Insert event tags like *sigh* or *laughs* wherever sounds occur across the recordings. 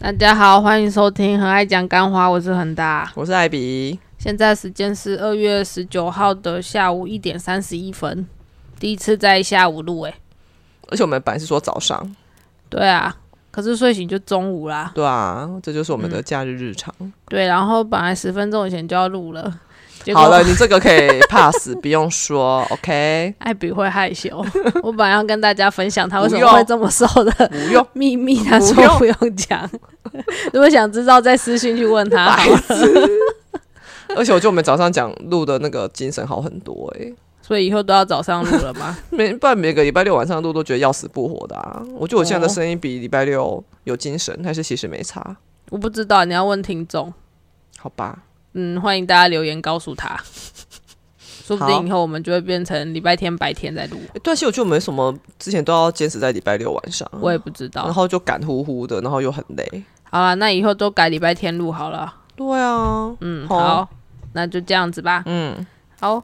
大家好，欢迎收听《很爱讲干话》，我是恒大。我是艾比。现在时间是二月十九号的下午一点三十一分，第一次在下午录诶、欸而且我们本来是说早上，对啊，可是睡醒就中午啦。对啊，这就是我嗯们的假日日常。对，然后本来十分钟以前就要录了，结果好了，你这个可以 pass，不 *laughs* 用说，OK，艾比会害羞。 *laughs* 我本来要跟大家分享他为不什用么会这么瘦的不用秘密，他说不用不用讲。 *laughs* 如果想知道，再私信去问他好了。而且我觉得我们早上讲录的那个精神好很多诶、所以以后都要早上录了吗？每不然每个礼拜六晚上录都觉得要死不活的啊。我觉得我现在的声音比礼拜六有精神，还是其实没差，我不知道，你要问听众。好吧？嗯，欢迎大家留言告诉 *laughs* 他，说不好定以后我们就会变成礼拜天白天在录，诶对啊，其实我觉得我们为什么之前都要坚持在礼拜六晚上，我也不知道然。后就赶呼呼的，然后又很累。好了，那以后都改礼拜天录好了。对啊，嗯，好好，那就这样子吧。嗯，好，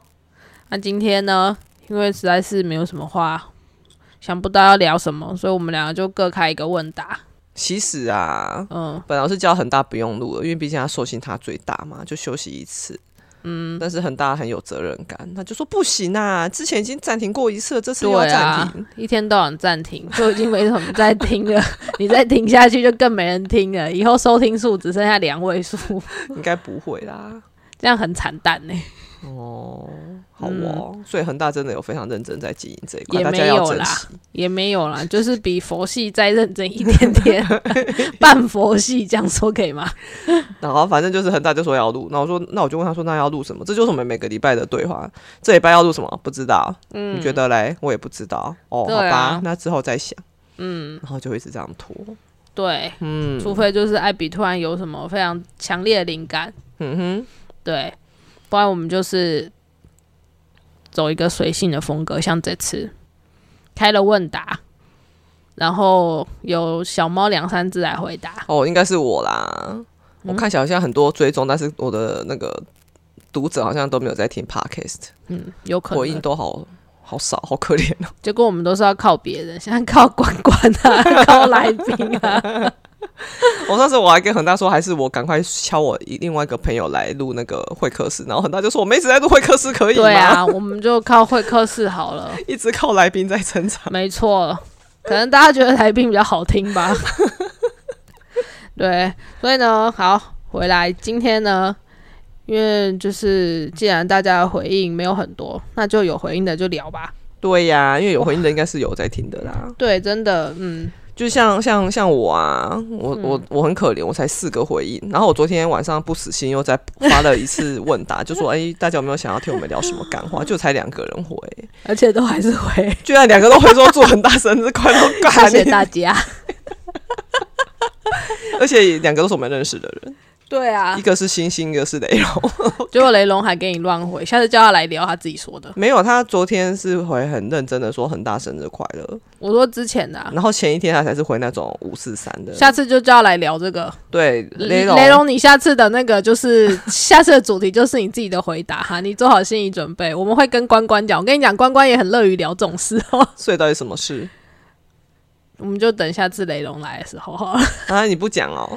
那今天呢，因为实在是没有什么话，想不到要聊什么，所以我们两个就各开一个问答。其实啊，嗯，本来我是叫恒大不用录了，因为毕竟他寿星他最大嘛，就休息一次。嗯，但是恒大很有责任感，他就说不行啊，之前已经暂停过一次了，这次又要对暂啊停。，一天到晚暂停，就已经没什么在听 *laughs* 了。你再停下去就更没人听了，以后收听数只剩下两位数，应该不会啦。这样很惨淡呢、哦，好哦，所以恒大真的有非常认真在经营这一块，也大没家有啦要珍惜。也没有啦， *laughs* 就是比佛系再认真一点 *laughs* 点，半佛系这样说可以吗？然后反正就是恒大就说要录，然后我说那我就问他说那要录什么？这就是我们每个礼拜的对话。这礼拜要录什么？不知道，嗯你觉得嘞？我也不知道。哦，对好啊吧，那之后再想。嗯，然后就一直这样拖。对，嗯除非就是艾比突然有什么非常强烈的灵感，嗯哼。对，不然我们就是走一个随性的风格，像这次开了问答，然后有小猫两三只来回答，哦，应该是我啦。我看起来好像很多追踪，但是我的那个读者好像都没有在听 podcast，嗯，有可回应能。都好好少，好可怜 *laughs* 哦。结果我们都是要靠别人，现在靠管管 *laughs* 啊，靠来宾啊，我上次我还跟恒大说，还是我赶快敲我一另外一个朋友来录那个会客室，然后恒大就说我们一直在录会客室可以吗？对啊，我们就靠会客室好了。 *laughs* 一直靠来宾在撑场。没错，可能大家觉得来宾比较好听吧。对，所以呢，好，回来今天呢，因为就是既然大家的回应没有很多，那就有回应的就聊吧。对呀、因为有回应的应该是有在听的啦。对，真的，嗯，就像像像我啊，我我我很可怜，我才四个回应。然后我昨天晚上不死心又再发了一次问答， *laughs* 就说：“哎、大家有没有想要听我们聊什么干话？”就才两个人回，而且都还是回，居然两个都会说祝很大生日快乐， *laughs* 谢干谢你！大家。而且两个都是我们认识的人，对啊一，个是星星，一个是雷龙。 *laughs* 结果雷龙还给你乱回，下次叫他来聊他自己说的。没有，他昨天是回很认真的说很大生日快乐，我说之前的啊、然后前一天他才是回那种五四三的。下次就叫他来聊这个对雷龙，雷龙，你下次的那个就是下次的主题就是你自己的回答哈，你做好心理准备。我们会跟关关讲，我跟你讲，关关也很乐于聊这种事 *laughs* 哦。所以到底什么事我们就等下次雷龙来的时候哈，啊？你不讲哦。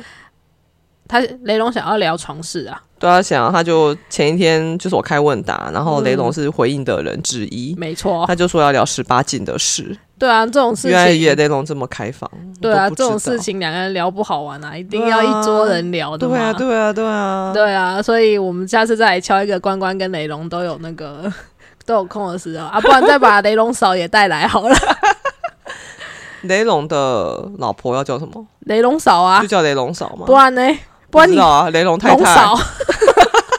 他雷龙想要聊床事啊，对啊，想他就前一天就是我开问答，然后雷嗯龙是回应的人之一，没错，啊 *laughs* 他就说要聊十八禁的事。对啊，这种哦事原来情，也雷龙这么开放，对啊，我都不知这道种事，情两个人聊不好玩啊，一定要一桌人聊的嘛。对啊，对啊，对啊，对啊，所以我们下次再来敲一个关关跟雷龙都有那个 *laughs* 都有空的时候啊，不然再把雷龙嫂也带来好了， *laughs* 雷龙的老婆要叫什么？雷龙嫂 *laughs* 啊就，叫雷龙嫂吗？不然呢？不不然你知道啊，雷龙太龙太嫂，，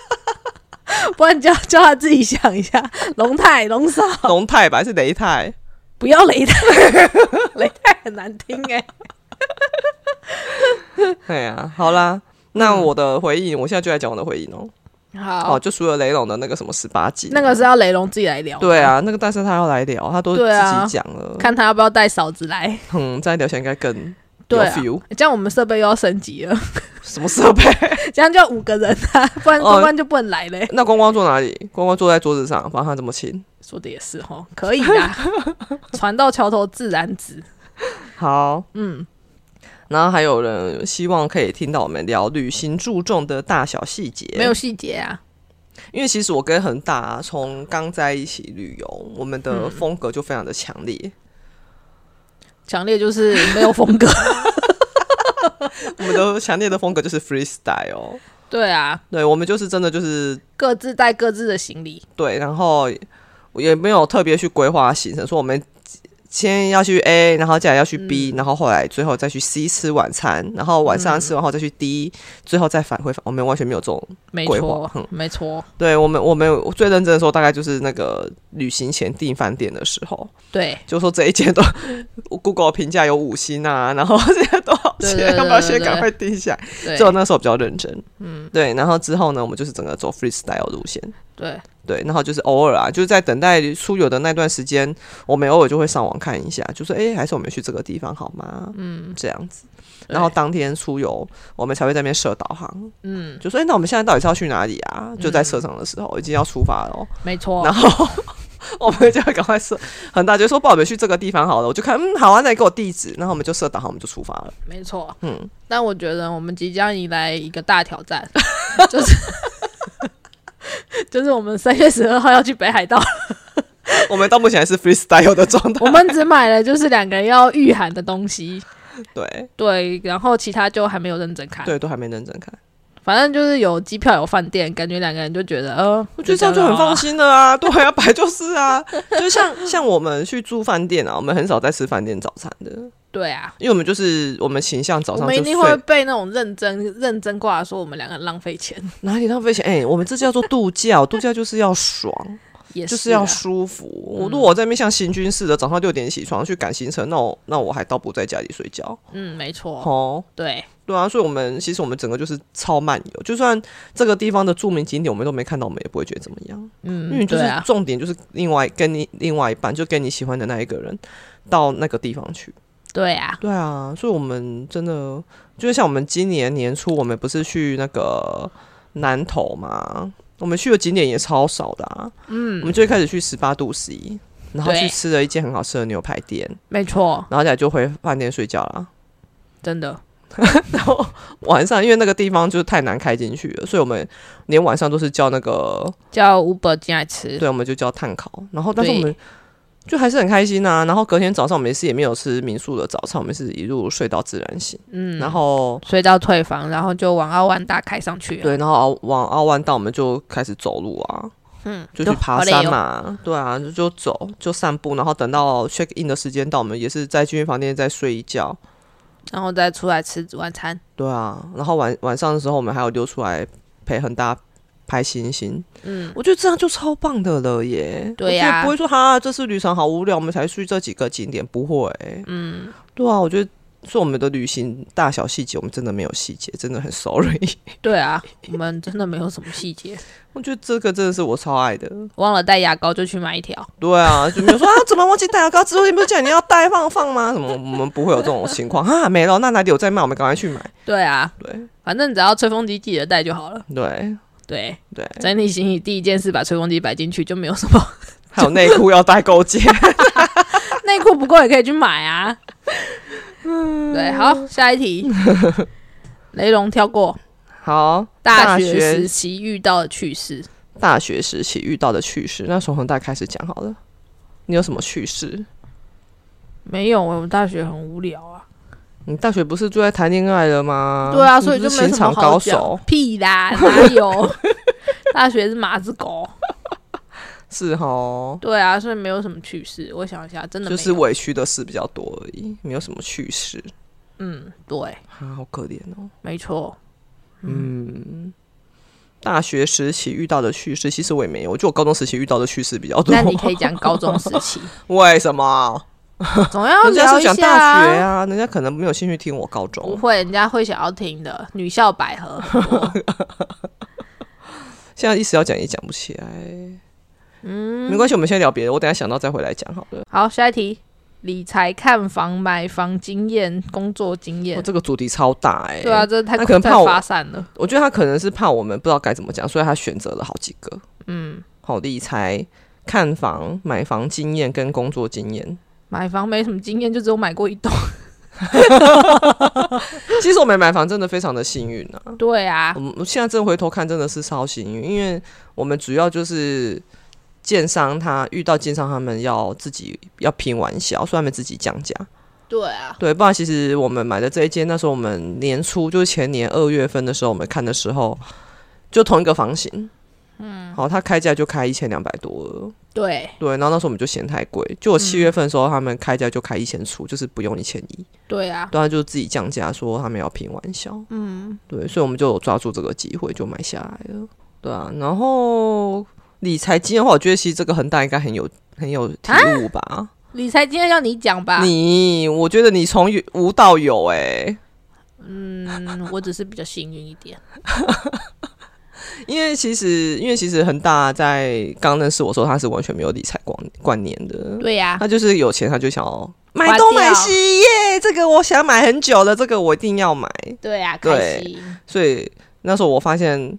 *laughs* 不然叫叫他自己想一下，龙太龙嫂，龙太吧，还是雷太？不要雷太， *laughs* 雷太很难听哎、对啊，好嗯啦。那我的回应，我现在就来讲我的回应哦。好，哦，就除了雷龙的那个什么十八禁，那个是要雷龙自己来聊，对，啊，那个但是他要来聊，他都自对啊己讲了，看他要不要带嫂子来，嗯，再聊起来应该更有对啊 feel。这样我们设备又要升级了， *laughs* 什么设备？这样就要五个人啊，不然哦关关就不能来嘞、 *laughs* 那光光坐哪里？光光坐在桌子上，帮他这么亲。说的也是哦，可 *laughs* 以啦，船到桥头自然直，好，嗯，然后还有人希望可以听到我们聊旅行注重的大小细节，没有细节啊，因为其实我跟恒大从刚在一起旅游，我们的风格就非常的强烈。强烈就是没有 *laughs* 风格。我们的强烈的风格就是 freestyle，哦对啊，对我们就是真的就是各自带各自的行李，对，然后也没有特别去规划行程，说我们先要去 A，然后接下来要去 B，、然后后来最后再去 C 吃晚餐，然后晚上吃完后再去 D，、最后再返回返，我们完全没有这种。没规划错嗯，没错，对我们，我们我最认真的时候，大概就是那个旅行前订饭店的时候，对，就说这一间都 Google 评价有五星啊，然后这些多少对对钱，对要不要先对赶快定下来？对，就那时候比较认真，嗯，对。然后之后呢，我们就是整个走 freestyle 路线，对，对。然后就是偶尔啊，就是在等待出游的那段时间，我们偶尔就会上网看一下，就说哎、诶还是我们去这个地方好吗？嗯，这样子。然后当天出游，我们才会在那边设导航，嗯，就说哎、诶那我们现在到底是要去哪里啊？就在车上的时候，已经要出发了哦、没错然，后我们就要赶快设，很大就说不好，我们去这个地方好了。我就看，嗯，好啊，那你给我地址，然后我们就设导航，我们就出发了。没错。嗯，但我觉得我们即将迎来一个大挑 *laughs* 战，就是 *laughs* 就是我们三月十二号要去北海 *laughs* 道，我们到目前还是 freestyle 的状态我，们只买了就是两个人要御寒的东西，对。对，然后其他就还没有认真看。对，都还没认真看，反正就是有机票有饭店，感觉两个人就觉得，呃，我觉得这样就很放心。心了啊！哦对啊，摆就是啊，就像像我们去住饭店啊，我们很少在吃饭店早餐的，对啊，因为我们就是我们形象早我上们一就定会睡，被那种认真认真挂说我们两个人浪费钱，哪里浪费钱？哎、我们这叫做度假，度假就是要爽， *laughs* 也就是是啊要舒服。我如果我在那边像行军似的，早上六点起床去赶行程，那我那我还倒不如在家里睡觉嗯，没错，哦。对，对啊，所以我们其实我们整个就是超漫游，就算这个地方的著名景点我们都没看到，我们也不会觉得怎么样。因为嗯，就对是啊，重点就是另外跟你另外一半，就跟你喜欢的那一个人到那个地方去。对啊，对啊，所以我们真的就是像我们今年年初，我们不是去那个南投嘛，我们去的景点也超少的啊。嗯，我们最开始去十八度 C，然后对去吃了一间很好吃的牛排店，没错，然后再就回饭店睡觉啦。真的，然后晚上因为那个地方就是太难开进去了，所以我们连晚上都是叫那个叫 Uber 进来吃，对，我们就叫碳烤。然后，但是我对们就还是很开心啊。然后隔天早上，我们也是也没有吃民宿的早餐，我们是一路睡到自然醒。嗯，然后睡到退房，然后就往奥万大开上去了，对，然后奥往奥湾道，我们就开始走路啊，嗯，就去爬山好累哦，嘛。对啊，就就走，就散步。然后等到 check in 的时间到，我们也是在军房店再睡一觉。然后再出来吃晚餐， *laughs* 对啊，然后晚晚上的时候，我们还有溜出来陪恒大拍星星。嗯，我觉得这样就超棒的了耶！对我觉得呀不会说哈，这次旅程好无聊，我们才去这几个景点，不会、嗯，对啊，我觉得说我们的旅行大小细节，我们真的没有细节，真的很 sorry。 *laughs* 对啊，我们真的没有什么细节，我觉得这个真的是我超爱的。忘了带牙膏就去买一条，对啊，就没有说啊，怎么忘记带牙膏？之后你不是叫你要带放放吗？什么？我们不会有这种情况啊，没了，那哪里有在卖？我们赶快去买。对啊，对反正只要吹风机记得带就好了，对对，对，整理行李第一件事把吹风机摆进去就没有什么， *laughs* 还有内裤要带勾结。内裤不够也可以去买啊， *laughs* 嗯，对，好，下一题，雷龙跳过。好，大学时期遇到的趣事，大学时期遇到的趣事，那从恒大开始讲好了。你有什么趣事？没有，我们大学很无聊啊。你大学不是就在谈恋爱了吗？对啊，所以就你不是没情什么场好高讲手。 *laughs* 屁啦，哪有？ *laughs* 大学是马子狗。是哦，对啊，所以没有什么趣事。我想一下，真的没就有是委屈的事比较多而已，没有什么趣事嗯，对，啊，好可怜哦。没 *laughs* 错，嗯，大学时期遇到的趣事，其实我也没有，就我高中时期遇到的趣事比较多。那你可以讲高中时期， *laughs* 为什么？总要人家聊是一讲下大学。啊，人家可能没有兴趣听我高不中。啊会，人家会想要听的。女校百合很 *laughs* 多，现在一时要讲也讲不起来。嗯，没关系，我们先聊别的，我等一下想到再回来讲好了。好，下一题，理财、看房、买房经验、工作经我验。哦这个主题超大哎、对啊，，这太那可能太怕我发散了。我觉得他可能是怕我们不知道该怎么讲，所以他选择了好几个。嗯，好理财、看房、买房经验跟工作经验。买房没什么经验，就只有买过一栋。 *laughs* 其实我们买房真的非常的幸运啊，对啊我，们现在正回头看，真的是超幸运，因为我们主要就是建商他遇到建商他们要自己要拼玩笑，所以他们自己降价。对啊，对，不然其实我们买的这一间，那时候我们年初就是前年二月份的时候，我们看的时候就同一个房型，嗯，好，他开价就开一千两百多了，对对，然后那时候我们就嫌太贵，就我七月份的时候，他们开价就开一千出，就是不用一千一，对啊，对，他就自己降价说他们要拼玩笑，嗯，对，所以我们就有抓住这个机会就买下来了，对啊，然后理财经验的话，我觉得其实这个恒大应该很有很有体悟吧。理财今天要你讲啊吧，你，我觉得你从有无到有、欸，嗯，我只是比较幸运一点， *laughs* 因为其实，因为其实恒大在刚认识我的时候，他是完全没有理财观观念的，对呀、他就是有钱他就想要啊花买东掉买西耶，这个我想买很久了，这个我一定要买。对呀、开哎对心， *laughs* 所以那时候我发现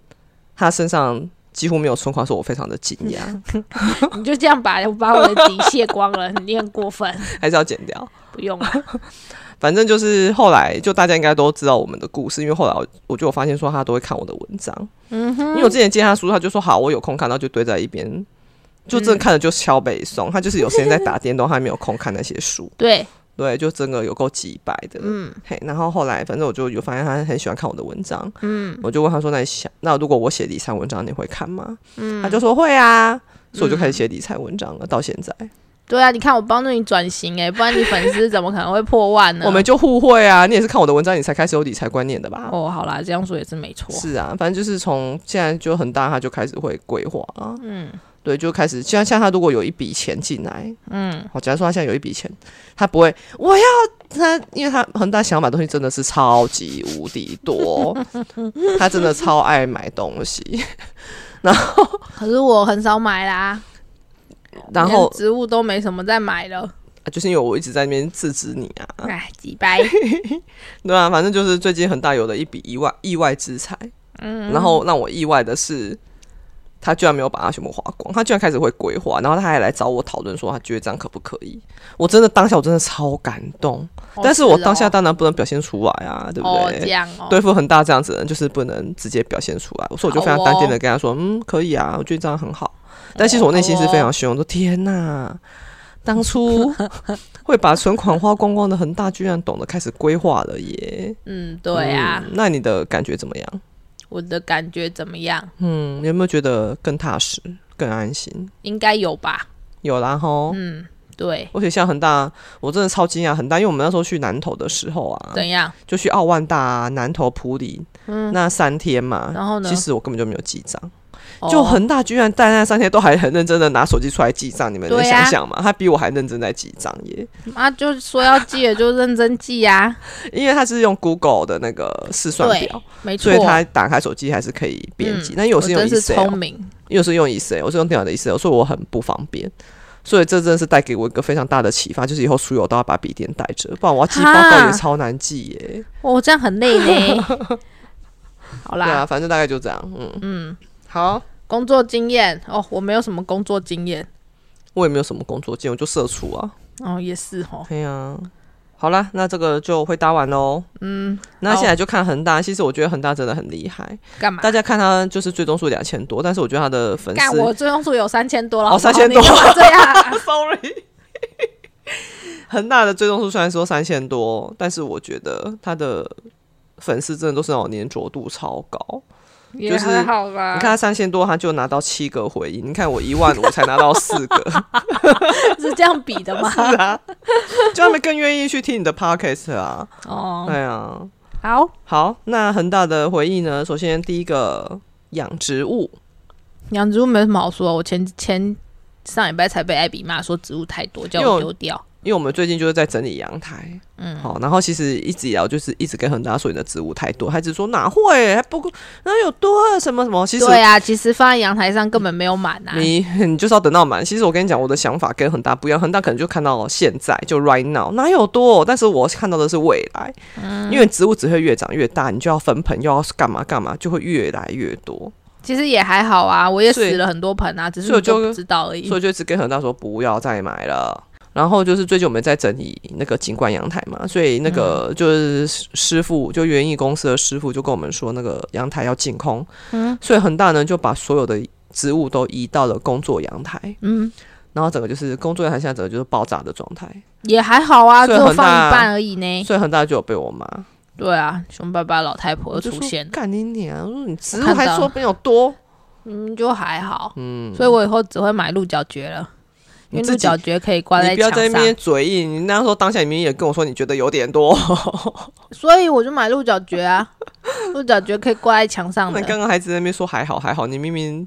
他身上几乎没有存款的时候，我非常的惊 *laughs* 讶，你就这样把把我的底卸光了，你很过分， *laughs* 还是要减掉。不用啊了，反正就是后来，就大家应该都知道我们的故事，因为后来我我就有发现说他都会看我的文章，嗯哼，因为我之前借他书，他就说好，我有空看，然后就堆在一边，就嗯真的看了就敲北送。他就是有时间在打电动，他还没有空看那些 *laughs* 书，对，对，就真的有够几百的。嗯嘿，然后后来反正我就有发现他很喜欢看我的文章，嗯我就问他说：“那你想，那如果我写理财文章，你会看吗？”嗯，他就说会啊，所以我就开始写理财文章了。到现在，对啊，你看我帮助你转型哎、不然你粉丝怎么可能会破万呢？我们就互惠啊，你也是看我的文章，你才开始有理财观念的吧？哦，好啦，这样说也是没错，是啊，反正就是从现在就很大，他就开始会规划啊，嗯对，就开始像像他如果有一笔钱进来，嗯，好，假如说他现在有一笔钱，他不会，我要他，因为他恒大想买东西真的是超级无敌多，他真的超爱买东西。可是我很少买啦，然连后植物都没什么在买了，啊就是因为我一直在那边制止你啊，哎，几百，对啊，反正就是最近恒大有了一笔意外意外之财，嗯，然后让我意外的是。他居然没有把它全部花光，他居然开始会规划，然后他还来找我讨论说他觉得这样可不可以。我真的当下我真的超感动，哦 *laughs* 但是我哦当下当然不能表现出来啊，对不哦对？这样哦，对付很大这样子的人，就是不能直接表现出来。所以我就非常淡定的哦跟他说：“嗯，可以啊，我觉得这样很好。”但其实我内心是非常凶，我说：“天哪，*laughs* 当初会把存款花光光的恒大，居然懂得开始规划了耶！”嗯，对啊，嗯那你的感觉怎么样？我的感觉怎么样？嗯，你有没有觉得更踏实、更安心？应该有吧，有啦吼。嗯，对，而且像恒大，我真的超惊讶，恒大，因为我们那时候去南投的时候啊，怎样？就去奥万大、啊、南投、普里，那三天嘛，嗯然后呢嗯其实我根本就没有记账。就哦恒大居然在那三天都还很认真的拿手机出来记账，你们能对啊呀想象吗？他比我还认真在记账耶，啊，就说要记也就认真记呀、 *laughs* 啊，因为他是用 Google 的那个试算对表，，没错，所以他打开手机还是可以编辑。嗯那因为我是用真是聪 Excel，明，因为我是用 Excel，我是用电脑的 Excel，所以我很不方便。所以这真的是带给我一个非常大的启发，就是以后出游都要把笔电带着，不然我要记报告哈也超难记耶。哦，这样很累 *laughs* 呢。好对啦，啊，反正大概就这样。嗯嗯，好，工作经验哦，我没有什么工作经验我也没有什么工作经验，我就社畜啊。哦，也是哦，对呀、好啦，那这个就回答完喽。嗯，那好现在就看恒大。其实我觉得恒大真的很厉害，干嘛大？家看他就是追踪数两千多，但是我觉得他的粉干丝我追踪数有三千多了，哦好不好3000多你干嘛这样啊 *laughs* ，sorry，恒大的追踪数虽然说三千多，但是我觉得他的粉丝真的都是那种粘着度超高。也还好啦。你看他三千多，他就拿到七个回应，你看我一万五才拿到四个， *laughs* *laughs* 是这样比的吗？是啊，就他们更愿意去听你的 podcast 啊。哦，对啊。好，好，那恒大的回忆呢？首先第一个养植物，养植物没什么好说，我前前上礼拜才被艾比骂说植物太多，叫因为我我丢掉。因为我们最近就是在整理阳台，嗯，好，然后其实一直以来我就是一直跟恒大说你的植物太多，他只说哪会，还不够，哪有多啊什么什么，其实。对啊，其实放在阳台上根本没有满啊。你你就是要等到满。其实我跟你讲，我的想法跟恒大不一样，恒大可能就看到现在，就 right now 哪有多，但是我看到的是未来，嗯因为植物只会越长越大，你就要分盆，又要干嘛干嘛，就会越来越多。其实也还好啊，我也所以死了很多盆啊，只是所以你我就就不知道而已所以。我就一直跟恒大说不要再买了。然后就是最近我们在整理那个景观阳台嘛，所以那嗯个就是师傅，就园艺公司的师傅就跟我们说，那个阳台要净空，嗯所以恒大呢就把所有的植物都移到了工作阳台，嗯，然后整个就是工作阳台现在整个就是爆炸的状态，也还好啊，所就放以恒大一半而已呢。所以恒大就有被我妈对啊，熊爸爸老太婆又就出说现了，干你娘！我说你植物看还到说没有多，嗯，就还好。嗯，所以我以后只会买鹿角蕨了，因你为自鹿己角蕨可以挂你不要墙在那上，边嘴硬，你那时候当下你明明也跟我说你觉得有点多，所以我就买鹿角蕨啊。 *laughs* 鹿角蕨可以挂在墙上那的，你刚刚还在那边说还好还好，你明明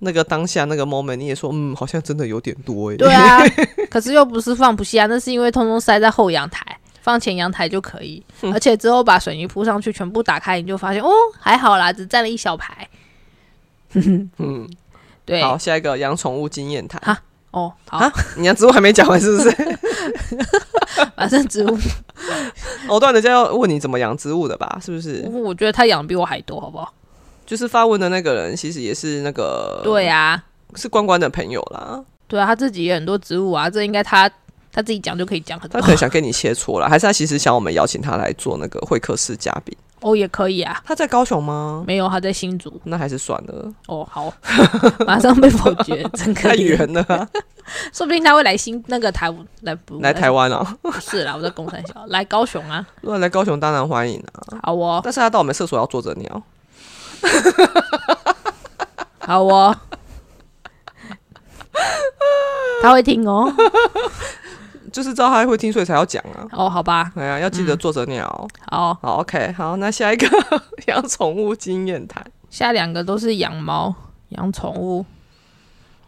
那个当下那个 moment 你也说嗯好像真的有点多 *laughs* 哎、欸，对啊，可是又不是放不下，那是因为通通塞在后阳台，放前阳台就可以。而且之后把水泥铺上去，全部打开，你就发现哦，还好啦，只占了一小排。嗯，对，好，下一个养宠物经验谈好哦，好，啊，你养植物还没讲完是不是？ *laughs* 反正植物，哦，对，人家要问你怎么养植物的吧，是不是？我觉得他养的比我还多，好不 *laughs* 好？就是发问的那个人其实也是那个对啊，是关关的朋友啦，对啊，他自己也很多植物啊，这应该他他自己讲就可以讲很他 *laughs* 多可能想跟你切 *laughs* 磋啦，还是他其实想我们邀请他来做那个会客室嘉宾？哦，也可以啊。他在高雄吗？没有，他在新竹那还是算了，哦， *laughs* 好，马上被否决，真可太以。远了啊、 *laughs* 说不定他会来新那个台来不来台湾啊，不是啦，我在公山小，来高雄啊， *laughs* 如果来高雄当然欢迎啊，好哦，但是他到我们厕所要坐着尿。好哦，他会听哦，就是知道他会听，所以才要讲啊。哦，好吧，哎呀，要记得坐着鸟。好，好，OK，好，那下一个 *laughs* 养宠物经验谈，下两个都是养猫、养宠物，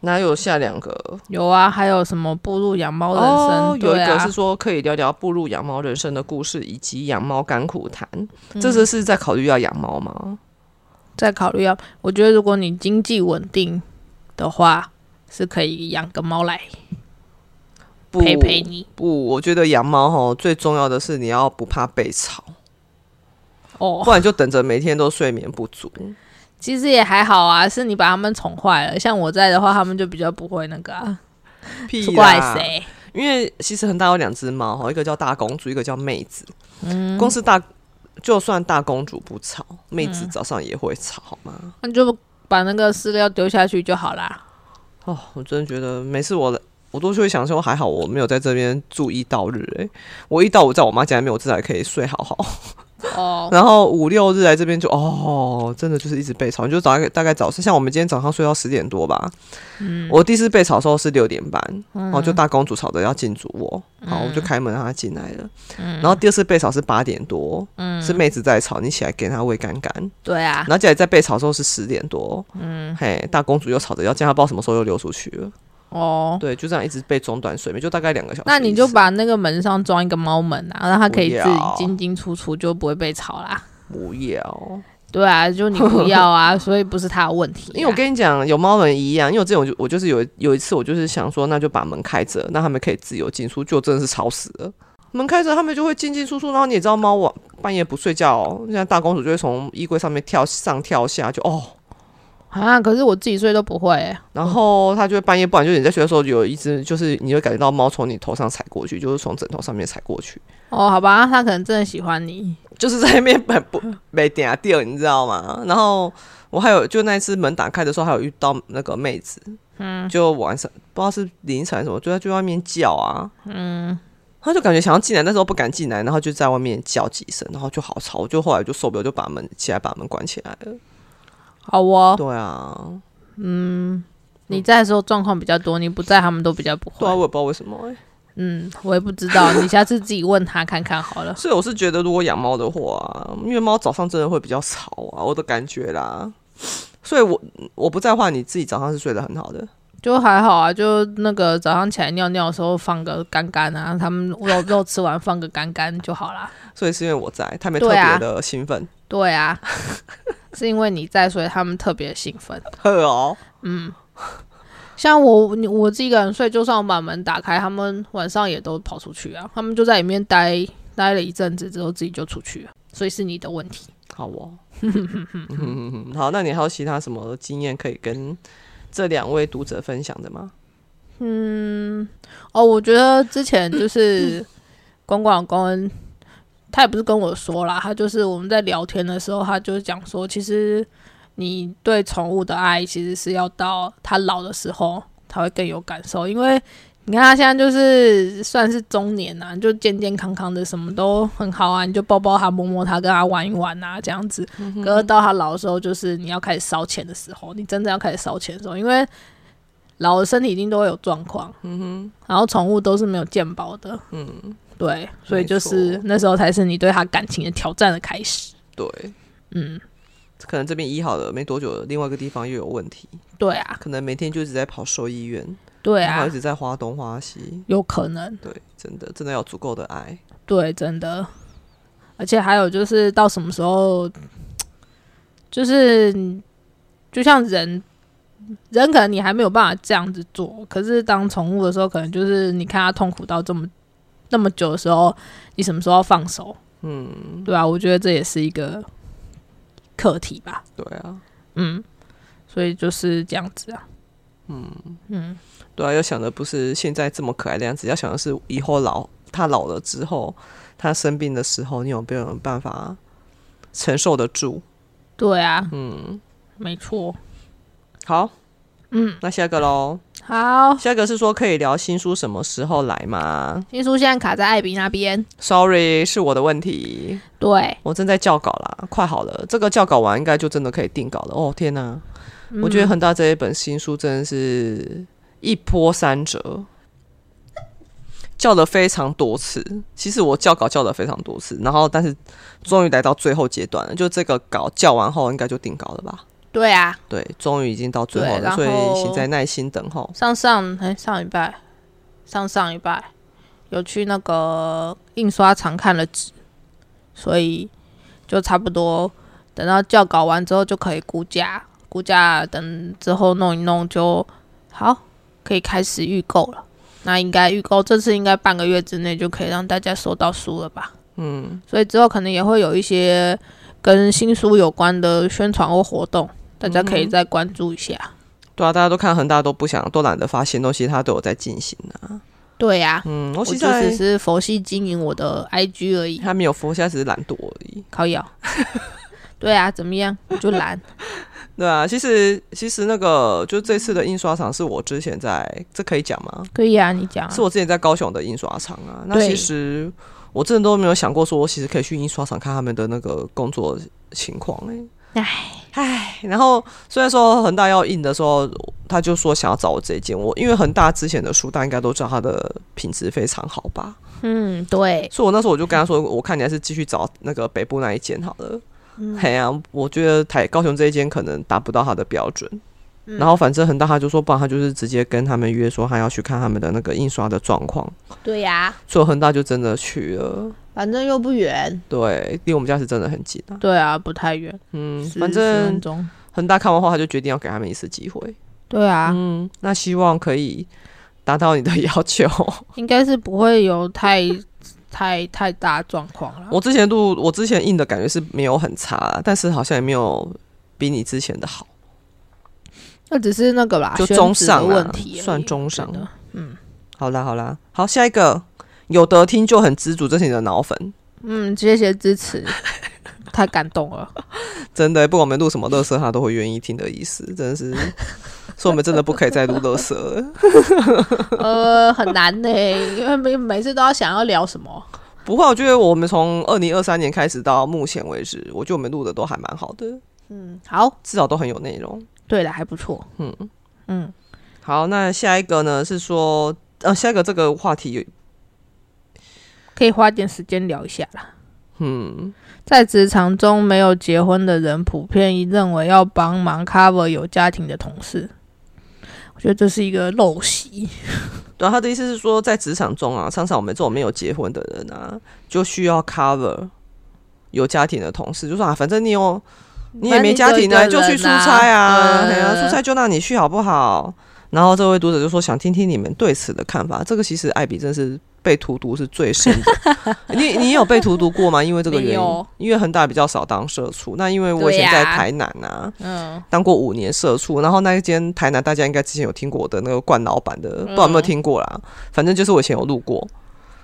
哪有下两个？有啊，还有什么步入养猫人生，哦，有一对个啊是说可以聊聊步入养猫人生的故事，以及养猫甘苦谈。嗯这是是在考虑要养猫吗？再考虑要，我觉得如果你经济稳定的话，是可以养个猫来不陪陪你不，我觉得养猫吼最重要的是你要不怕被吵，哦。不然就等着每天都睡眠不足。其实也还好啊，是你把它们宠坏了。像我在的话，他们就比较不会那个、啊，屁是怪啦！谁？因为其实恒大有两只猫哈，一个叫大公主，一个叫妹子。嗯，公司大就算大公主不吵，妹子早上也会吵，好吗？那就把那个饲料丢下去就好 *laughs* 啦。哦，我真的觉得每次我我都是会想说，还好我没有在这边住一到日、欸，我一到五在我妈家里面，我至少也可以睡好好。哦，然后五六日来这边就哦，真的就是一直被吵，你就大概大概早上，像我们今天早上睡到十点多吧。嗯，我第一次被吵的时候是六点半，嗯然后就大公主吵着要进主卧，好，我就开门让她进来了。嗯，然后第二次被吵是八点多，嗯，是妹子在吵，你起来给她喂干干。对啊然，后起来再被吵的时候是十点多，嗯，嘿，大公主又吵着要叫她，不知道什么时候又溜出去了。哦，对，就这样一直被中断睡眠，就大概两个小时一次。那你就把那个门上装一个猫门啊，让它可以不自要己进进出出，就不会被吵啦。不要。对啊，就你不要 *laughs* 啊，所以不是他的问题啊、因为我跟你讲，有猫人一样，因为我之前我就我就是有有一次，我就是想说，那就把门开着，让他们可以自由进出，就真的是吵死了。门开着，他们就会进进出出，然后你也知道，猫晚半夜不睡觉、哦，现在大公主就会从衣柜上面跳上跳下，就哦，啊，可是我自己睡都不会欸、然后它就会半夜，不然就是你在学的时候，有一只就是你会感觉到猫从你头上踩过去，就是从枕头上面踩过去，哦，好吧，他可能真的喜欢你。就是在那边很 *laughs* 不没点啊掉，你知道吗？然后我还有就那一次门打开的时候，还有遇到那个妹子，嗯，就晚上不知道是凌晨还是什么，就在就外面叫啊，嗯，她就感觉想要进来，那时候不敢进来，然后就在外面叫几声，然后就好吵，我就后来就受不了，就把门起来把门关起来了。好哦，对啊，你在的时候状况比较多，你不在他们都比较不对啊，会。我也不知道为什么、欸，嗯，我也不知道，你下次自己问他看看好了。所以我是觉得如果养猫的话、因为猫早上真的会比较吵啊，我的感觉啦。所以我我不在的话，你自己早上是睡得很好的。就还好啊，就那个早上起来尿尿的时候放个干干啊，他们肉肉吃完放个干干就好啦。 *laughs* 所以是因为我在，他们特对啊别的兴奋， *laughs* 对啊，是因为你在，所以他们特别兴奋。呵哦，像我你我自己一个人睡，就算我把门打开，他们晚上也都跑出去啊，他们就在里面待待了一阵子之后，自己就出去了，所以是你的问题。好哦，嗯好，那你还有其他什么经验可以跟这两位读者分享的吗？嗯，哦，我觉得之前就是公关老公恩，他也不是跟我说啦，他就是我们在聊天的时候，他就是讲说，其实你对宠物的爱，其实是要到他老的时候才会更有感受，因为你看他现在就是算是中年呐、就健健康康的，什么都很好啊，你就抱抱他、摸摸他、跟他玩一玩啊，这样子。可是到他老的时候，就是你要开始烧钱的时候，你真的要开始烧钱的时候，因为老的身体一定都会有状况。嗯哼，然后宠物都是没有健保的。嗯，对，所以就是没错那时候才是你对他感情的挑战的开始。对，嗯，可能这边医好了没多久，另外一个地方又有问题，对啊，可能每天就一直在跑兽医院，对然后啊一，直在花东花西。有可能，对，真的真的要有足够的爱，对，真的。而且还有就是到什么时候，就是就像人，人可能你还没有办法这样子做，可是当宠物的时候，可能就是你看它痛苦到这么那么久的时候，你什么时候要放手？嗯，对啊，我觉得这也是一个课题吧。对啊，嗯，所以就是这样子啊。对啊，要想的不是现在这么可爱的样子，要想的是以后老他老了之后，他生病的时候，你有没有办法承受得住？对啊，嗯，没错。好，嗯，那下一个喽，好，下一个是说可以聊新书什么时候来吗新书现在卡在艾比那边。 ？Sorry，是我的问题，对，我正在校稿啦，快好了，这个校稿完应该就真的可以定稿了。哦天哪、我觉得恒大这一本新书真的是一波三折，叫了非常多次。其实我校稿叫了非常多次，然后但是终于来到最后阶段了，就这个稿叫完后应该就定稿了吧？对啊，对，终于已经到最后对了，然所以后请再耐心等候。上上哎、上一拜，上上一拜有去那个印刷厂看了纸，所以就差不多等到校稿完之后就可以估价，估价等之后弄一弄就好，可以开始预购了。那应该预购这次应该半个月之内就可以让大家收到书了吧？嗯，所以之后可能也会有一些跟新书有关的宣传或活动，大家可以再关注一下。对啊，大家都看恒大都不想，都懒得发新东西，他都有在进行啊。对呀、嗯，我我现就只在是佛系经营我的 IG 而已，他没有佛，现在只是懒惰而已。靠咬。 *laughs* 对啊，怎么样？我就懒。对啊，其实其实那个就这次嗯的印刷厂是我之前在，这可以讲吗？可以啊，你讲、啊是。我之前在高雄的印刷厂啊。那对其实我真的都没有想过说，我其实可以去印刷厂看他们的那个工作情况哎、唉唉，然后虽然说恒大要印的时候，他就说想要找我这一件，我因为恒大之前的书，大家应该都知道它的品质非常好吧，嗯，对，所以我那时候我就跟他说，我看你还是继续找那个北部那一间好了。嘿呀、我觉得台高雄这一间可能达不到他的标准。然后反正恒大他就说，不然他就是直接跟他们约说，他要去看他们的那个印刷的状况。对呀、所以恒大就真的去了，反正又不远。对，离我们家是真的很近啊。对啊，不太远，嗯，十反10正分钟。恒大看完后，他就决定要给他们一次机会。对啊，嗯，那希望可以达到你的 *laughs* 要求。应该是不会有太太太大状况了。我之前录，我之前印的感觉是没有很差啦，但是好像也没有比你之前的好，那只是那个啦，就选中址上的啊问题而已，算中我觉上得。好啦，好啦，好，下一个有得听就很知足，这是你的脑粉，嗯，谢谢支持，太感动了。 *laughs* 真的，不管我们录什么乐色，他都会愿意听的意思，真的是， *laughs* 所以我们真的不可以再录乐色了。呃，很难呢、因为每每次都要想要聊什么。不会，我觉得我们从二零二三年开始到目前为止，我觉得我们录的都还蛮好的，嗯，好，至少都很有内容。对了，还不错。嗯嗯，好，那下一个呢是说，呃，下一个这个话题有，可以花点时间聊一下啦。嗯，在职场中，没有结婚的人普遍认为要帮忙 cover 有家庭的同事，我觉得这是一个陋习。对啊、他的意思是说，在职场中啊，常常我们这种没有结婚的人啊，就需要 cover 有家庭的同事，就说啊，反正你有你也没家庭呢、呢，就去出差啊，对对啊，出差就让你去好不好？然后这位读者就说想听听你们对此的看法。这个其实艾比真是被荼毒是最深的。你你有被荼毒过吗？因为这个没原因有，因为恒大比较少当社畜。那因为我以前对在呀台南啊，嗯，当过五年社畜，然后那一间台南大家应该之前有听过的那个冠老板的，不知道有没有听过啦。反正就是我以前有路过。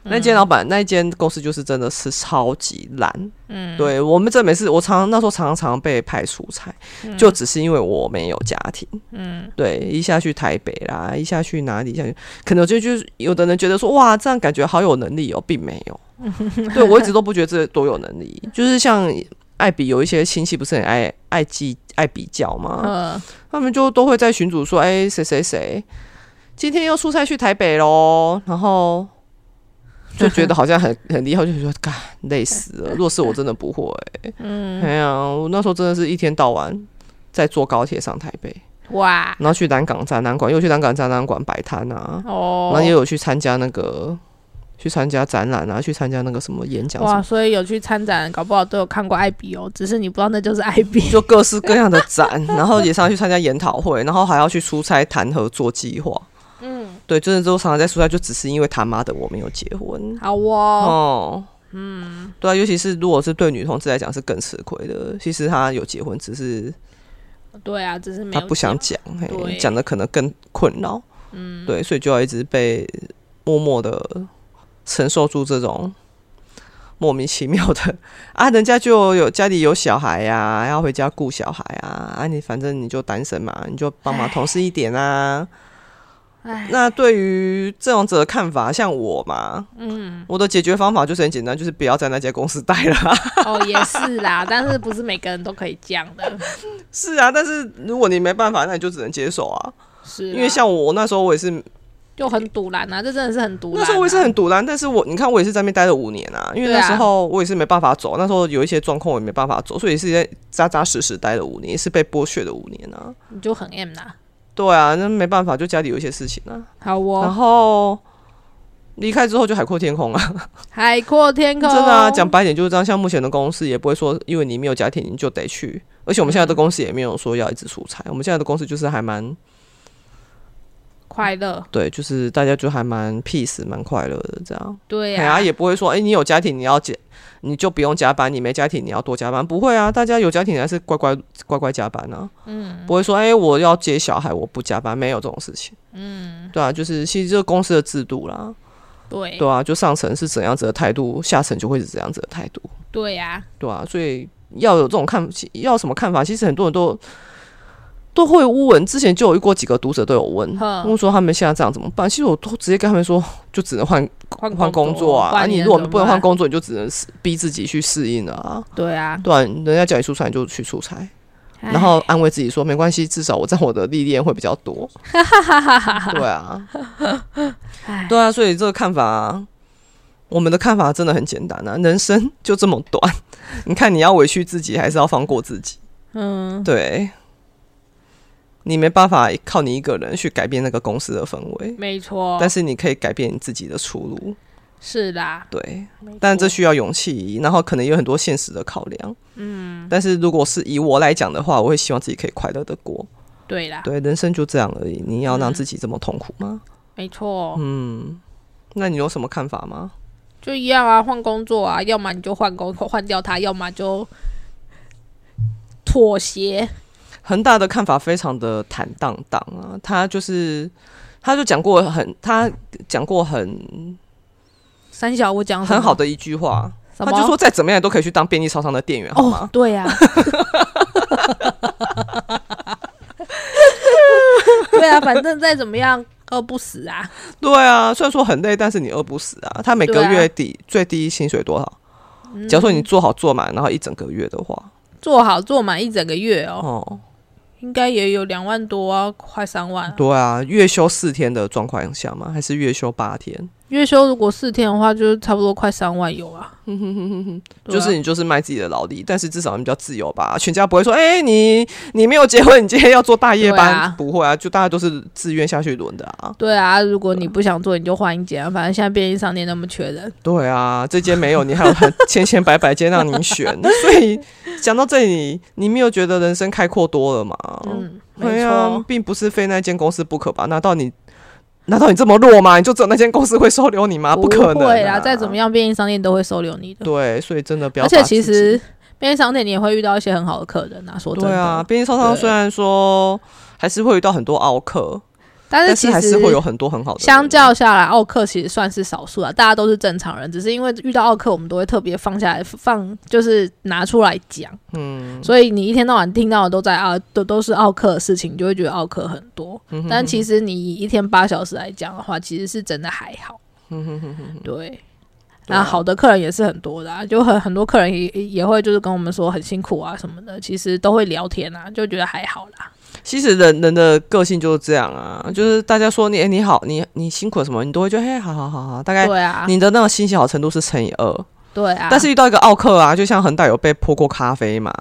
那间老板，那一间公司就是真的是超级烂，嗯，对我们这每次我常那时候常常被派出差，就只是因为我没有家庭，嗯，对，一下去台北啦，一下去哪里，一下去，可能就就是有的人觉得说哇，这样感觉好有能力哦，并没有，对我一直都不觉得这多有能力，就是像艾比有一些亲戚不是很爱爱记爱比较吗？呃，他们就都会在群组说：“哎、谁谁谁，今天又出差去台北喽。”然后就觉得好像很 *laughs* 很厉害，就觉得干累死了。若是我真的不会、嗯，哎呀，我那时候真的是一天到晚在坐高铁上台北，哇，然后去南港展览馆，又去南港展览馆摆摊啊，然哦后，也有去参加那个去参加展览啊，去参加那个什么演讲什么哇，所以有去参展，搞不好都有看过艾比哦，只是你不知道那就是艾比。 *laughs* 就各式各样的展，然后也常常去参加研讨会，然后还要去出差谈合作计划。嗯，对，真的之后常常在出差，就只是因为他妈的我没有结婚。好哦，哦，嗯，对啊，尤其是如果是对女同志来讲是更吃亏的。其实她有结婚，只是对啊，只是没她有哦不想讲，嘿对讲的可能更困扰。嗯，对，所以就要一直被默默的承受住这种。莫名其妙的啊，人家就有家里有小孩呀、要回家顾小孩啊，啊你反正你就单身嘛，你就帮忙同事一点啊。唉，那对于这种者的看法，像我嘛，嗯，我的解决方法就是很简单，就是不要在那家公司待了。啊哦，也是啦，但是不是每个人都可以这样的， *laughs* 是啊，但是如果你没办法，那你就只能接受啊。是啦因为像我那时候，我也是就很堵然啊，这真的是很堵然、那时候我也是很堵然，但是我你看我也是在那边待了五年啊，因为啊对那啊时候我也是没办法走，那时候有一些状况我也没办法走，所以也是在扎扎实实待了五年，也是被剥削的五年啊。你就很 M 啦。对啊，那没办法，就家里有一些事情啊，好然哦，后。离开之后就海阔天空啊，海阔天空， *laughs* 真的啊，讲白一点就是这样。像目前的公司也不会说，因为你没有家庭你就得去，而且我们现嗯在的公司也没有说要一直出差，我们现在的公司就是还蛮快乐，对，就是大家就还蛮 peace 蛮快乐的这样。对啊哎呀、呀、也不会说，哎、你有家庭你要加，你就不用加班；你没家庭你要多加班，不会啊。大家有家庭还是乖乖乖乖加班啊，嗯，不会说，哎、我要接小孩我不加班，没有这种事情，嗯，对啊，就是其实这个公司的制度啦，对对啊，就上层是怎样子的态度，下层就会是怎样子的态度，对呀、对啊，所以要有这种看，要什么看法，其实很多人都。都会污文，之前就有遇过几个读者都有问，哼问说他们现在这样怎么办？其实我都直接跟他们说，就只能换换换工作啊！啊换你年如果怎么不能换办，工作，你就只能是逼自己去适应了啊。对啊，对啊，人家叫你出差，你就去出差，哎唉然后安慰自己说没关系，至少我在我的历练会比较 *laughs* 多。对啊，唉对啊，所以这个看法，我们的看法真的很简单啊，人生就这么短， *laughs* 你看你要委屈自己，还是要放过自己？嗯，对，你没办法靠你一个人去改变那个公司的氛围，没错，但是你可以改变你自己的出路。是啦，对，没但这错需要勇气，然后可能有很多现实的考量。嗯，但是如果是以我来讲的话，我会希望自己可以快乐的过。对啦，对，人生就这样而已，你要嗯让自己这么痛苦吗？没错，嗯那你有什么看法吗？就一样啊，换工作啊，要么你就换工换掉嗯它，要么就妥协，恒大的看法非常的坦荡荡啊，他就是，他就讲过很，他讲过很三小我哦讲什么很好，的一句话，什他么就说再怎么样都可以去当便利超商的店员，好吗？哦，对呀、啊， *laughs* 对啊，反正再怎么样饿不死啊，对啊，虽然说很累，但是你饿不死啊。他每个对啊月底、最低薪水多少？假如说你做好做满，然后一整个月的话，做好做满一整个月哦，哦，应该也有两万多啊，快三万啊、对啊，月休四天的状况下吗？还是月休八天？月休如果四天的话，就是差不多快三万有 *laughs* 啊。对啊就是你就是卖自己的劳力，但是至少你比较自由吧。全家不会说，哎、你你没有结婚，你今天要做大夜班，对啊不会啊，就大家都是自愿下去轮的啊。对啊，如果你不想做，你就换一间、啊，反正现在便利商店那么缺人。对啊，这间没有，你还有很千千百百间让你 *laughs* 选。所以讲到这里，你没有觉得人生开阔多了吗？嗯，没哦对错，啊，并不是非那间公司不可吧？难道你难道你这么弱吗？你就只有那间公司会收留你吗？不可能、啊，会啦，再怎么。样，便利商店都会收留你的。对，所以真的不要而把自己。且其实便利商店你也会遇到一些很好的客人啊，说真对的，啊，便利商店对虽然说还是会遇到很多奥客，但但是是其还实是会有很多很好的人。啊相较下来，奥克其实算是少数啊，大家都是正常人，只是因为遇到奥克，我们都会特别放下来放，就是拿出来讲。嗯，所以你一天到晚听到的都在啊，都都是奥克的事情，你就会觉得奥克很多。嗯哼哼但其实你以一天八小时来讲的话，其实是真的还好。嗯哼哼哼对，对啊那好的客人也是很多的、啊，就很很多客人也也也会就是跟我们说很辛苦啊什么的，其实都会聊天啊，就觉得还好啦。其实人人的个性就是这样啊，就是大家说你、哎你好，你你辛苦了什么，你都会觉得嘿，好好好好，大概对啊，哎你的那种心情好程度是乘以二。对啊，但是遇到一个奥克啊，就像恒大有被泼过咖 *laughs* 啡嘛，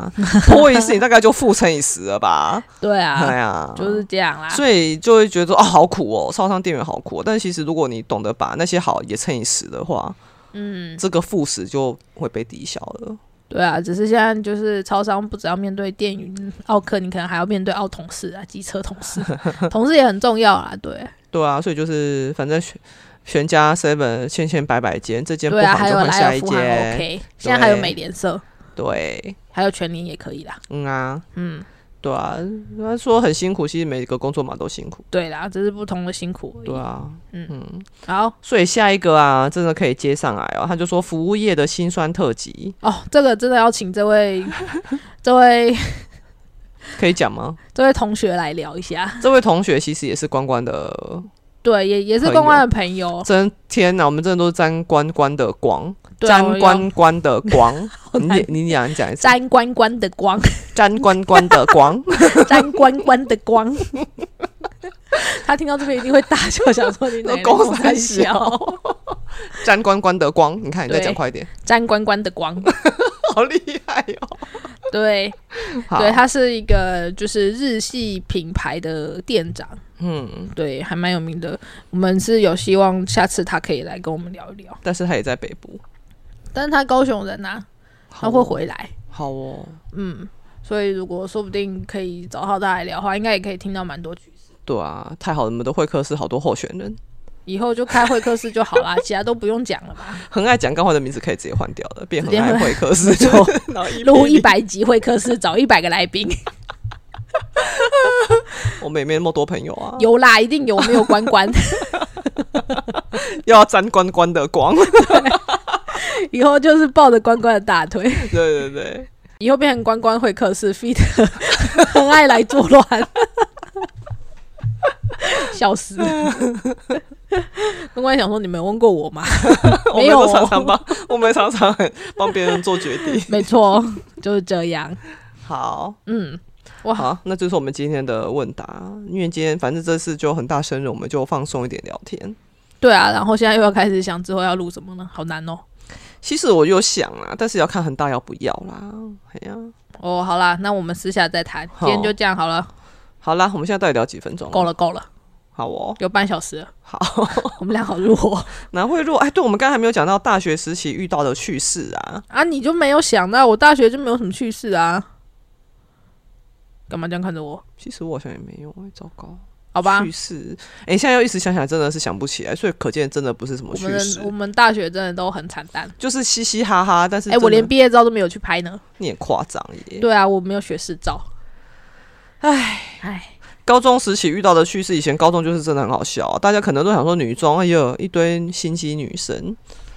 泼一次你大概就负乘以十了吧？对 *laughs* 哎啊，呀，就是这样啦。所以就会觉得哦，好苦哦，超商店员好苦、哦。但其实如果你懂得把那些好也乘以十的话，嗯，这个负十就会被抵消了。对啊，只是现在就是超商不只要面对店员奥克，你可能还要面对奥同事啊、机车同 *laughs* 事，同事也很重要啦。对，对啊，所以就是反正全全家 seven 千千百百间，这间不对啊，好还就有换莱下尔一富还间。 OK，现在还有美联社，对，还有全联也可以啦。嗯啊，嗯，对啊，他说很辛苦，其实每个工作嘛都辛苦。对啦，只是不同的辛苦而已。对啊，嗯嗯，好所以下一个啊，真的可以接上来哦。他就说服务业的辛酸特辑，哦，这个真的要请这 *laughs* 位这位可以讲吗？这位同学来聊一下。这位同学其实也是关关的，对，也也是朋友公关的朋友， *laughs* 真天哪，我们真的都是沾关关的光，对啊沾关关的光。 *laughs* 你难你你讲你讲一次，沾关关的光，沾关关的光。 *laughs* *laughs* 沾关关的光。他听到这边一定会大笑，想说你哪里都公三三小小。沾关关的光，你看你再对讲快一点， *laughs* 沾关关的光。好厉害哦！对，好对，，他是一个就是日系品牌的店长，嗯，对，还蛮有名的。我们是有希望下次他可以来跟我们聊一聊，但是他也在北部，但是他高雄人呐、他他会，回来，好哦，嗯，所以如果说不定可以找到他来聊的话，应该也可以听到蛮多句。对啊，太好了，我们的会客室好多候选人，以后就开会客室就好 *laughs* 啦，其他都不用讲了吧？很爱讲干话的名字可以直接换掉了，变直很接爱换会 *laughs* 客室，就 *laughs* 然后一录比一百集会客室，找一百个来宾，我们也没那么多朋友啊， *laughs* 有啦，一定有，没有关关，又要沾关关的光， *laughs* 以后就是抱着关关的大腿。对对对，以后变成关关会客室，feed *laughs* 很爱来作乱， *laughs* 笑死！关关想说：“你们有问过我吗我没们有都哦。常常帮， *laughs* 我们常常很帮别人做决定？” *laughs* 没错， *laughs* 就是这样。好，嗯，哇，好，那就是我们今天的问答，因为今天反正这次就很大生日，我们就放松一点聊天。对啊，然后现在又要开始想之后要录什么呢？好难哦。其实我有想啦，但是要看恒大要不要啦。哎呀，哦，好啦，那我们私下再谈。好今天就这样好了，好啦，我们现在到底聊几分钟？啊够。了，够了，好哦，有半小时了。好。 *laughs* 我们俩好弱哦哪会弱？哎，对，我们刚才还没有讲到大学时期遇到的趣事啊。啊！你就没有想到我大学就没有什么趣事啊？干嘛这样看着我？其实我好像也没有，哎，糟糕。好吧趣，事，哎，现在又一时想起来，真的是想不起来，所以可见真的不是什么我趣们的我事，们大学真的都很惨淡。就是嘻嘻哈哈。但是哎、真的，我连毕业照都没有去拍呢。你也夸张耶。对啊，我没有学士照。唉唉，高中时期遇到的趣事，以前高中就是真的很好笑啊、大家可能都想说女中，哎呦，一堆心机女生。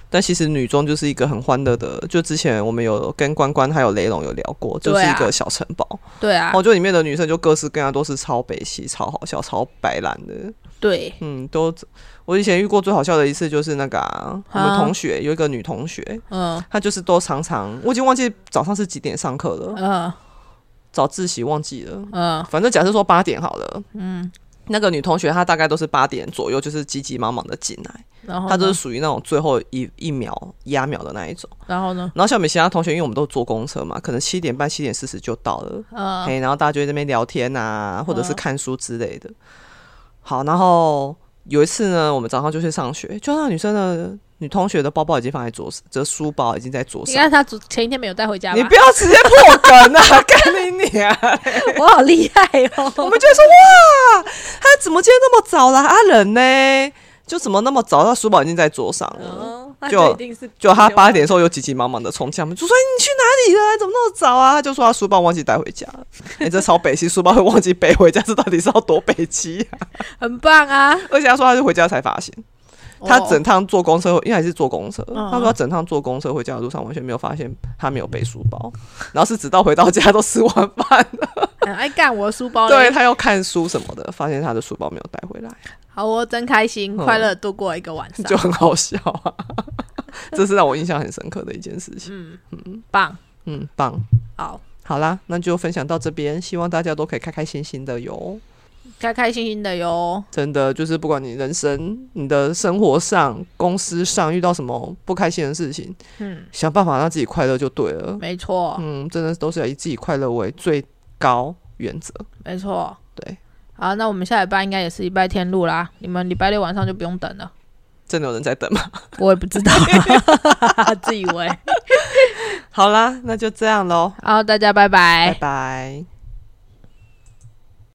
但其实女中就是一个很欢乐的，就之前我们有跟关关还有雷龙有聊过，就是对啊一个小城堡，对啊然，后就里面的女生就各式各样，都是超北西、超好笑、超白烂的，对，嗯，都我以前遇过最好笑的一次就是那个、啊、我们啊同学有一个女同学，嗯她就是都常常我已经忘记早上是几点上课了，嗯早自习忘记了，嗯反正假设说八点好了，嗯，那个女同学她大概都是八点左右，就是急急忙忙的进来，然后她就是呢属于那种最后一一秒压秒的那一种。然后呢，然后像我们其他同学，因为我们都坐公车嘛，可能七点半、七点四十就到了，嗯嘿，然后大家就在那边聊天啊，或者是嗯看书之类的。好，然后有一次呢，我们早上就去上学，就那女生的女同学的包包已经放在桌上，这书包已经在桌应上。该是他昨前一天没有带回家你吧不？要直接破梗啊！ *laughs* 干你娘！ *laughs* 我好厉害 *laughs* 我哦！们就会说哇，他怎么今天那么早来？啊人呢？就怎么那么早？他书包已经在桌上了。哦那就一定是啊就他八点的时候又急急忙忙的冲进来，我们就说哎你去哪里了？怎么那么早啊？他就说他书包忘记带回家 *laughs* 了。你、这超北西，书包会忘记背回家，这到底是要多北西 *laughs* 啊、很棒啊！而且他说他是回家才发现， *laughs* 他哦整趟坐公车，因为还是坐公车，嗯他说他整趟坐公车回家的路上完全没有发现他没有背书包，然后是直到回到家都吃完饭，很爱干我的书包对嘞，他要看书什么的，发现他的书包没有带回来，好哦，真开心，嗯快乐度过一个晚上， *laughs* 就很好笑啊。 *laughs* 这是让我印象很深刻的一件事情。棒。嗯，棒。好，好啦，那就分享到这边，希望大家都可以开开心心的哟。开开心心的哟。真的，就是不管你人生、你的生活上、公司上遇到什么不开心的事情，嗯，想办法让自己快乐就对了。没错，嗯，真的都是要以自己快乐为最高原则。没错。对，好，那我们下礼拜应该也是礼拜天录啦，你们礼拜六晚上就不用等了。真的有人在等吗？我也不知道， *laughs* 自以为。好啦，那就这样喽，好，大家拜拜拜。拜。